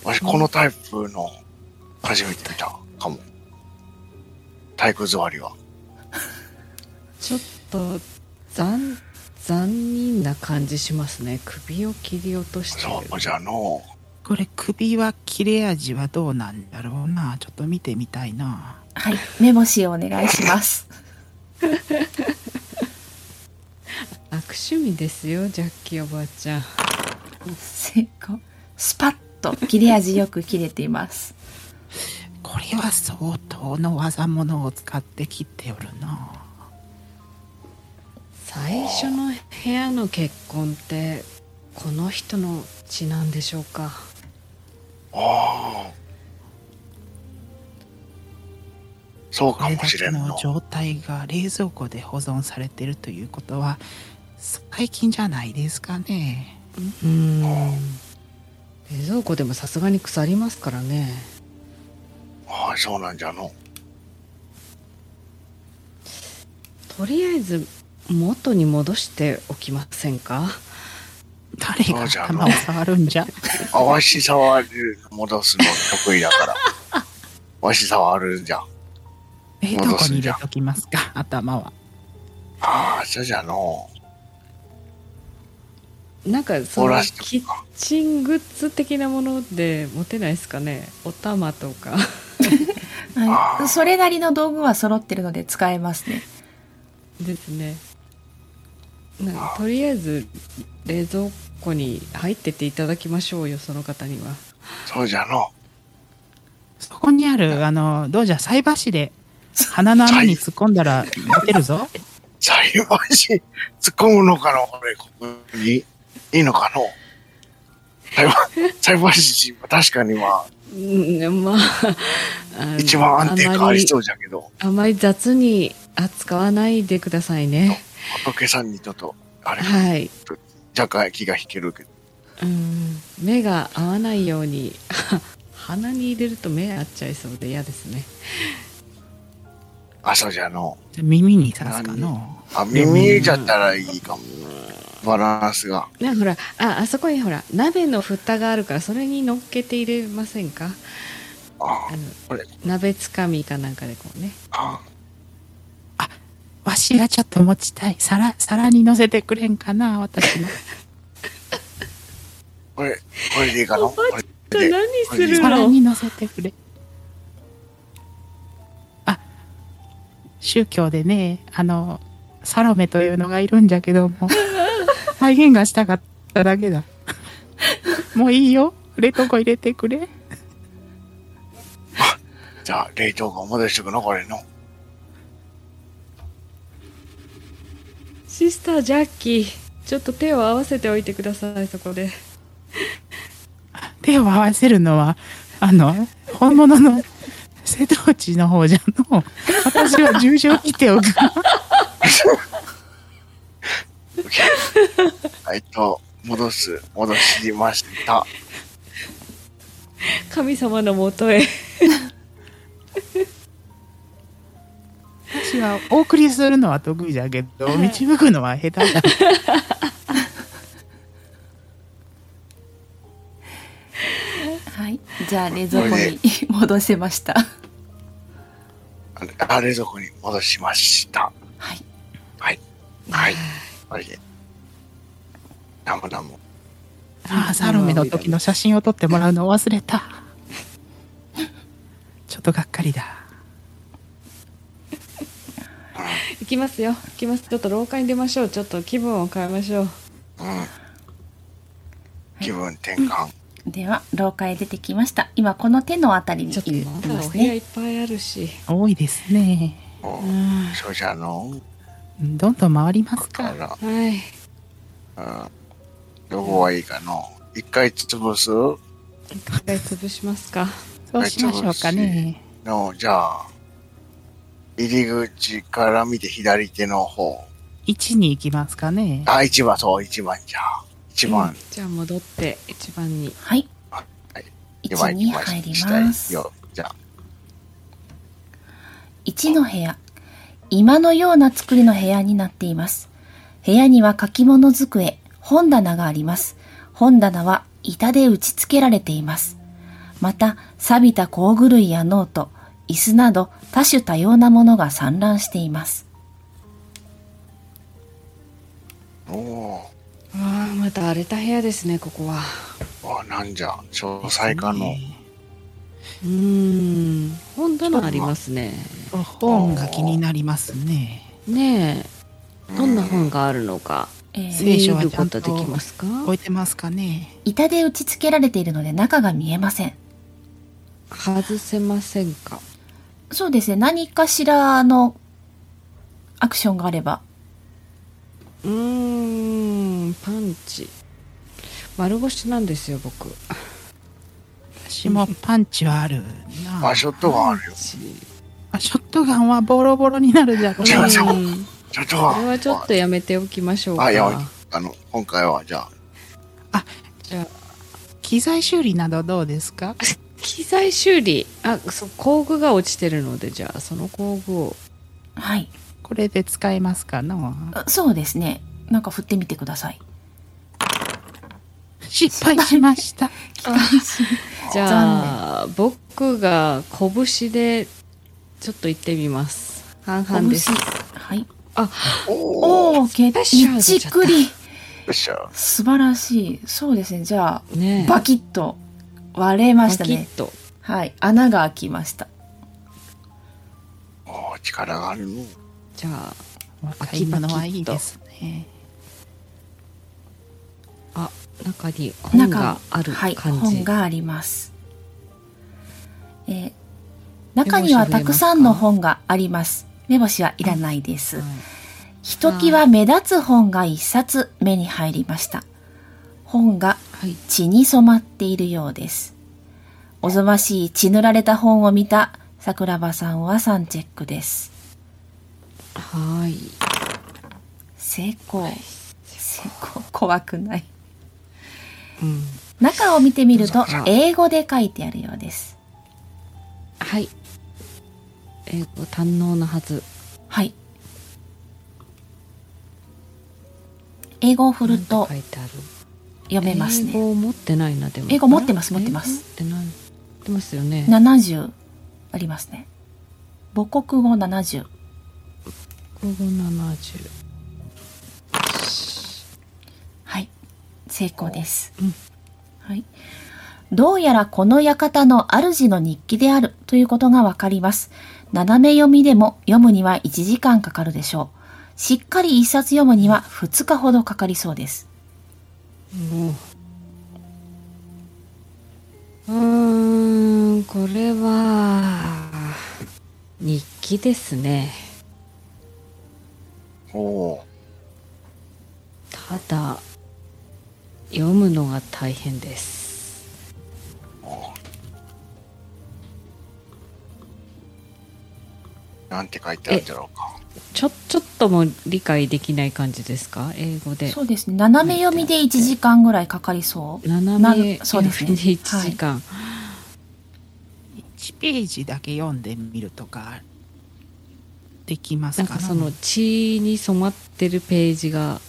わし、このタイプの初めて見たかも。体育座りは。
ちょっと残残忍な感じしますね首を切り落としてる
そうじゃの
これ首は切れ味はどうなんだろうなちょっと見てみたいな
はい目星をお願いします
悪趣味ですよジャッキーおばあちゃん
成功スパッと切れ味よく切れています
これは相当の技物を使って切っておるな
最初の部屋の結婚ってこの人の血なんでしょうか
ああそう
こ
か
れ
も
だ
しれ
け
んの
の状態が冷蔵庫で保存されてるということは最近じゃないですかね
うーん冷蔵庫でもさすがに腐りますからね
ああそうなんじゃの
とりあえず元に戻しておきませんか
誰
そ
が
うじゃの
頭を触る
*laughs*
んじゃ
あわし触る戻すの得意だからわし触るんじゃ
えどこに入れときますか頭は
ああそうじゃの
なんかそ
漏
の
らし
キ
と
ッ
くか
チングッズ的なもので持てないですかねお玉とか *laughs*
は
あ
い、
ー
それなりの道具は揃ってるので使えますね。
ですねなんかとりあえず冷蔵庫に入ってていただきましょうよその方には
そうじゃの
そこにあるあのどうじゃ菜箸で鼻の穴に突っ込ん
*laughs*
だら持てるぞ
菜箸突っ込むのかのこれここにいいのかの菜箸菜箸確かには
うんまああの
一番安定感ありそうじゃけど
あまり雑に扱わないでくださいね
仏さんにちょっとあれ
はい
若干気が引けるけど
うん目が合わないように *laughs* 鼻に入れると目合っちゃいそうで嫌ですね
あそうじゃの
耳に刺すかの
あ耳入れちゃったらいいかもバランスが
ねほらああそこにほら鍋の蓋があるからそれに乗っけて入れませんか
あ
あの
これ
鍋つかみかなんかでこうね
あ
あわしがちょっと持ちたい皿皿に乗せてくれんかな私の
これ、これでいいかな
おばあちゃん
これで
何する
皿
の
に乗せてくれあ宗教でねあのサロメというのがいるんじゃけども体現がしたかっただけだもういいよ冷凍庫入れてくれ
じゃあ、冷凍庫戻してくのこれの。
シスタージャッキーちょっと手を合わせておいてくださいそこで
手を合わせるのはあの本物の瀬戸内の方じゃの私は重傷来ておく
*laughs*
はい、と、戻す、戻しました。
神様のもとへ *laughs*
私はお送りするのは得意じゃけど導くのは下手だ
*laughs* はい。じゃあ、冷蔵庫に *laughs* 戻せました。
あれあ、冷蔵庫に戻しました。
はい。
はい。はい。これで。なんもなんも。
ああサロメの時の写真を撮ってもらうのを忘れたちょっとがっかりだ
行きますよ行きますちょっと廊下に出ましょうちょっと気分を変えましょう
うん。気分転換。
では、廊下へ出てきました。今、この手のあたりに
ちょっと
い
まだ
ま
お
す
部屋
ね。
いっぱいあるし
多いですね
お
うん
そうじゃの。
どんどん回ります
か、
から
はい
うん。どこがいいかの。一回潰す
一回潰しますか
そうしましょうかね
の、じゃあ、入り口から見て左手の方。
1に行きますかね
あ、一番、そう、一番じゃあ。一番。
じゃあ戻って一番に
はい。
はい
一
今
に
行きま
入り
した
ます。
よ。じゃあ、
1の部屋今のような作りの部屋になっています部屋には書き物机本棚があります本棚は板で打ち付けられていますまた錆びた工具類やノート椅子など多種多様なものが散乱しています
おおー。
ああまた荒れた部屋ですねここは
あ、なんじゃ、詳細化の。
うーん本棚ありますね
本が気になりますね
ねえどんな本があるのか
えー
聖書は
見る
ちゃ
こ
んと
とできますか
置いてますかね
板で打ち付けられているので中が見えません
外せませんか
そうですね何かしらのアクションがあれば
うーんパンチ丸腰なんですよ僕
私もパンチはあるな
あ、ショットガンあるよ。
あショットガンはボロボロになる
*laughs*
じゃろう
違う違う
うん
ショット
こ
ガン。
れはちょっとやめておきましょうか
あ、いや、あの、今回は、じゃあ、
じゃあ
機材修理などどうですか
機材修理あそう工具が落ちてるのでじゃあその工具を
はい
これで使えますかの
あそうですねなんか振ってみてください
失敗し
*laughs*
ました
じゃあ僕が拳でちょっと行ってみます半々です
拳はい
お
お
お、
お、けっ
ペシャル
ちくり。
よっしゃ。
素晴らしい。そうですね。じゃ
ね
あ、
え
バキッと割れました
バキッ
ね。
と
はい。穴が開きました。
おお、力があるの。
じゃあ
若いものはいいですね
あ中に本がある
はい。
感じ
本があります。えー中にはたくさんの本があります。目星はいらないです。ひときわ目立つ本が一冊目に入りました。本が
はい
血に染まっているようです。おぞましい血塗られた本を見た桜庭さんはサンチェックです。
はーい
成功。成功。怖くない。
うん
中を見てみると
そっか
英語で書いてあるようです。
はい英語堪能なはず
はい。英語を振ると
なんて書いてある
読めます
英
ね。
語を持ってないなでも
英語持ってます
あら
持ってます
英語持ってない持ってますよね
70ありますね。母国語70。
170
はい、成功です。
うん
はい。どうやらこの館の主の日記であるということがわかります。斜め読みでも読むには1時間かかるでしょう。しっかり一冊読むには2日ほどかかりそうです。
うーんこれは日記ですね
おお
ただ読むのが大変です
ーなんて書いてあるんだろうか
ちょちょっとも理解できない感じですか英語で
そうですね。斜め読みで1時間ぐらいかかりそう。
斜め
なそうですね
1時間、
1ページだけ読んでみるとかできます
なん
か
かその血に染まってるページが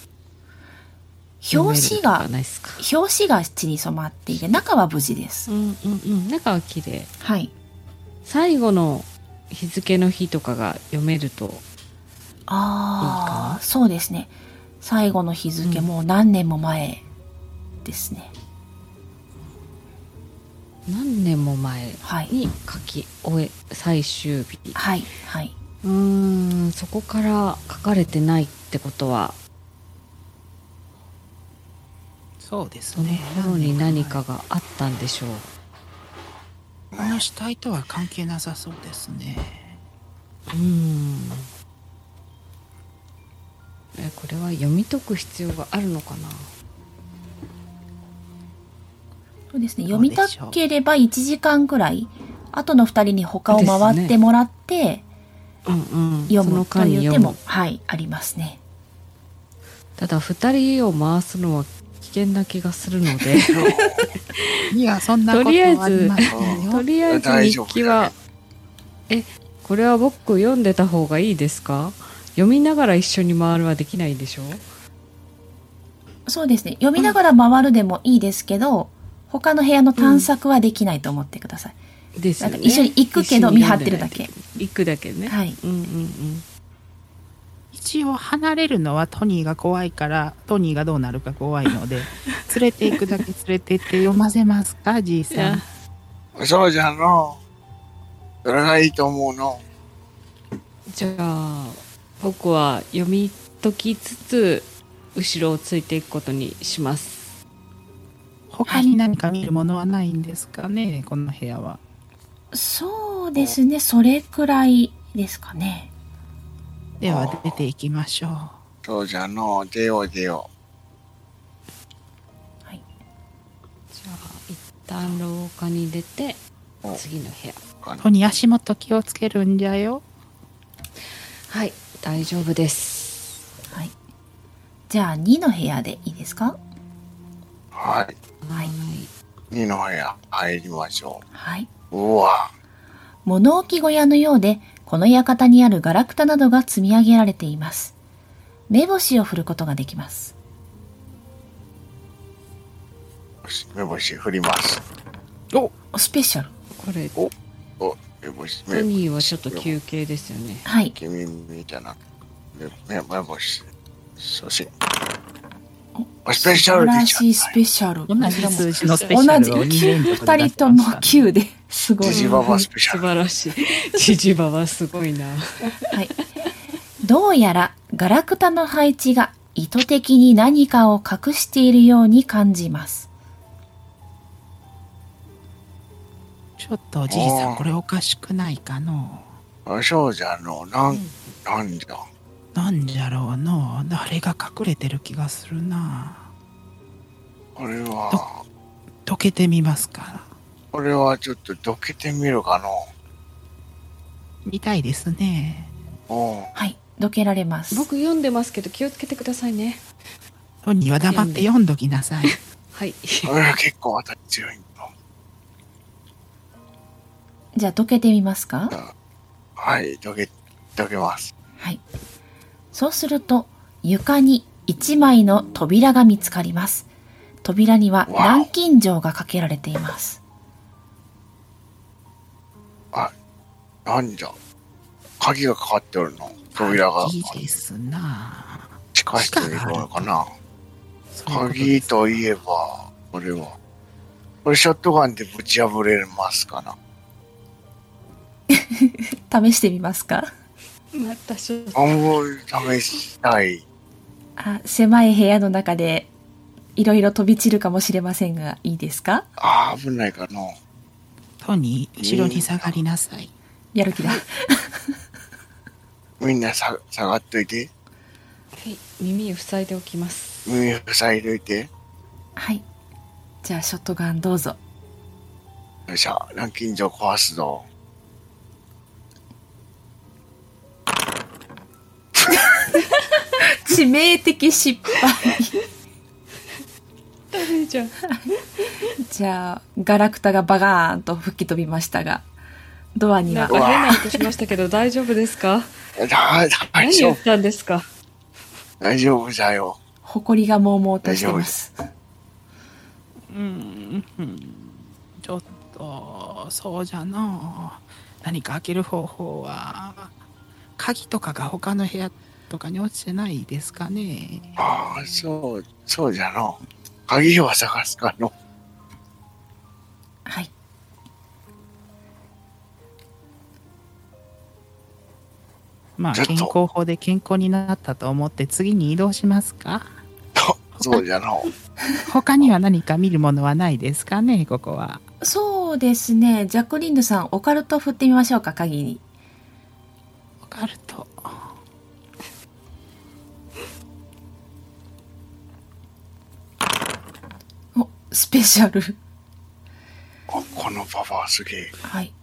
読める
表紙
とか
が、
ないですか
表紙が血に染まっていて、中は無事です
う。んうんうん中は綺麗
はい。
最後の日付の日とかが読めると
あ
いい
あ、そうですね。最後の日付、
うん
もう何年も前ですね。
何年も前
はい。
に書き終え最終日
はい。はい。
うーんそこから書かれてないってことは
そうです
その
ね
頃に何かがあったんでしょう
この死体とは関係なさそうですね
うーんえこれは読み解く必要があるのかな
そうですね。
ど
読
うで
み
しょう
たければ1時間くらい、後の2人に他を回ってもらって、
うんうん
読
そ
む
の
と
間に
いう手
読
も
む、
はい、ありますね。
ただ二人を回すのは危険な気がするの *laughs* で
いやそんなこと
とりあえず
はありません
と
よ
りあえず
大
日
丈夫
記はえこれは僕読んでた方がいいですか読みながら一緒に回るはできないんでしょ
そうですね。読みながら回るでもいいですけど、他の部屋の探索はできないと思ってください。
ですよ
な
ね
んか一緒に行くけど
一緒に
見張
読ん
っ
で
てるだ
ないと
け。
行くだけね、
はい。
うんうんうん
一応離れるのはトニーが怖いからトニーがどうなるか怖いので連れていくだけ連れてって読ませますかじい
い
さ
や
ん
そうじゃのそれがいいと思うの
じゃあ僕は読み解きつつ後ろをついていくことにします
他に何か見るものはないんですかねこの部屋は
そうですね。それくらいですかね。
では出ていきましょう
そうじゃの出よう出よ
はい。
じゃあ一旦廊下に出て
お
次の部屋
うかな
トニー足元気をつけるんじゃよ
はい大丈夫です
はい。じゃあ、2の部屋でいいですか
はい
はい
二の部屋入りましょ
はい。
ううわ
物置小屋のようで、この館にあるガラクタなどが積み上げられています。目星を振ることができます。
目星振ります
スペシャル。
これト
おお目星目
ニーはちょっと休憩ですよね
はい。
君みじゃなく目目目星そしてスペシャ
素晴
ルで
ら
し
しいスペシャル。
同じ数字のスペシャルを
同
2
じ
連続で
2
出
人
し
と
ま
も
したね
9ですごい
ジジババスペシャ
素
ル
晴らしい *laughs* ジジババすごいな
はい、どうやらガラクタの配置が意図的に何かを隠しているように感じます
ちょっとおじいさ
お
ん
ー
これおかしくないかの
あそうじゃのなん、なんじゃ
なんじゃろうの誰が隠れてる気がするな
これは
溶けてみますから
これはちょっとどけてみるかの
見たいですね
おう
はいどけられます
僕読んでますけど気をつけてくださいね
トニーは黙って読んどきなさい
はい
これは結構当たり強いの
じゃあどけてみますか
はいどけどけます
はいそうすると床に一枚の扉が見つかります扉には
わお
南京錠がかけられています
なんじゃ鍵がかかっておるの扉が
いいですなあ。
地下室に行くのかな
そうい
鍵
うことです
といえば、これは。これショットガンでぶち破れますかな
試してみますか
またしょ
あんまり試したい。
あ狭い部屋の中でいろいろ飛び散るかもしれませんがいいですか
あー危ないかな。
トニー、後ろに下がりなさい。
やる気だ
みんなさ下がっといて。
はい耳を塞いでおきます
耳塞いといて。
*laughs* はいじゃあショットガンどうぞ
よっしゃ、南京錠壊すぞ。
*laughs* 致命的失敗
ダメじゃん
じゃあガラクタがバガーンと吹き飛びましたがドアに
な
は
んか変な音しましたけど大丈夫ですか
だ大
何
丈
言
夫
っ、たんですか
大丈夫だよ。
埃がもうもうとしてます
うん、うんちょっと、そうじゃのう。何か開ける方法は、鍵とかが他の部屋とかに落ちてないですかね。
ああ、そう、そうじゃの。鍵は探すかの。 *laughs*
はい
まあ、
ちょっと
健康法で健康になったと思って次に移動しますか
そうじゃの。
他には何か見るものはないですかね、ここは。
そうですねジャクリーヌさんオカルト振ってみましょうか鍵に
オカルト。
おスペシャル
あこのパパすげえ。
はい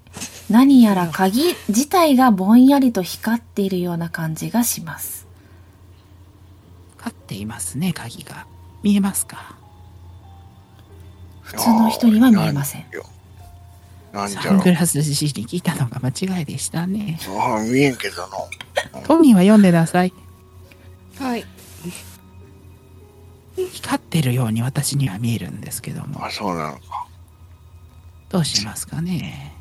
何やら鍵自体がぼんやりと光っているような感じがします
かっていますね、鍵が。見えますか
普通の人には見えません
いや。なんじゃ
サン
ろ
グラス自身に聞いたのが間違いでしたね。
う。うん見えんけどの。
トニーは読んでなさい。
はい
光ってるように私には見えるんですけども
あ、そうなのか。
どうしますかね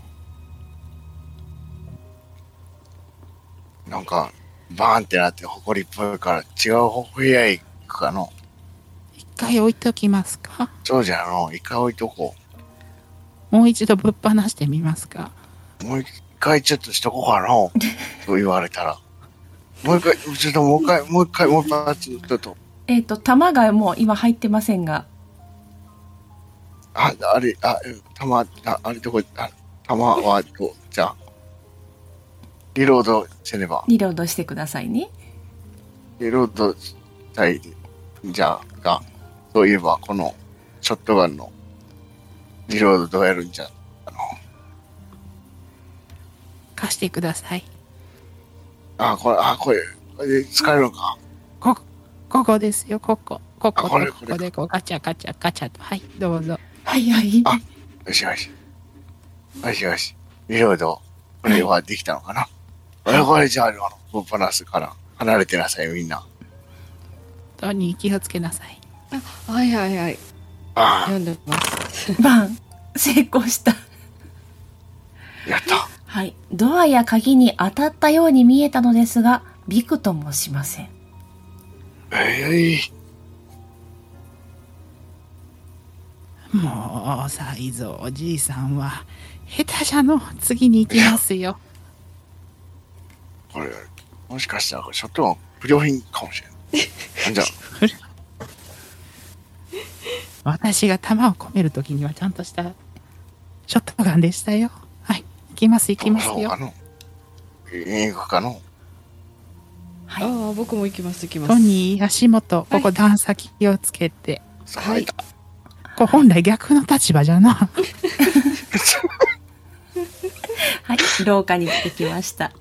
なんか、バーンってなって、埃っぽいから、違う部屋へ行くかの。
一回置いときますか
そうじゃの。一回置いとこ
もう一度ぶっ放してみますか
う。もう一回ちょっとしとこうかの。と言われたら。もう一回、ちょっともう一回、もう一回、もう一発、ちょっと。
えっ、と弾がもう今入ってませんが
あ、あれ、あ、たま、ああれどこ、あ、たまはどう、じゃあリロードせねば。
リロードしてくださいね
リロードしたい、じゃあ、が、そういえば、この、ショットガンの、リロードどうやるんじゃ、あの、
貸してください
あ、これ、あ、これ、これで使えるのか。
こここですよここここと
あこれ
ここでこうガチャガチャガチャとはいどうぞ
はいはい
あよしよし。よしよし。リロード、これはできたのかな。これ、これじゃあ、あの、ぶっ放すから、離れてなさい、みんな。
トニー気をつけなさい
あはいはいはい
あ
読んでます
バン成功した
あ、やった。
はいドアや鍵に当たったように見えたのですがビクともしません
えい、
もうサイズおじいさんは下手じゃの次に行きますよ
これ、もしかしたら、これショットガン、不良品かもしれない。なんじゃ、
私が弾を込める時にはちゃんとしたショットガンでしたよ *laughs* はい行きます行きます
そうか
よ
の。いくかの。
は
あ
い
あ僕も行きます行きます
トニー足元ここ段先気をつけて、
さあ
はい
こう本来逆の立場じゃな。
はい廊下に出てきました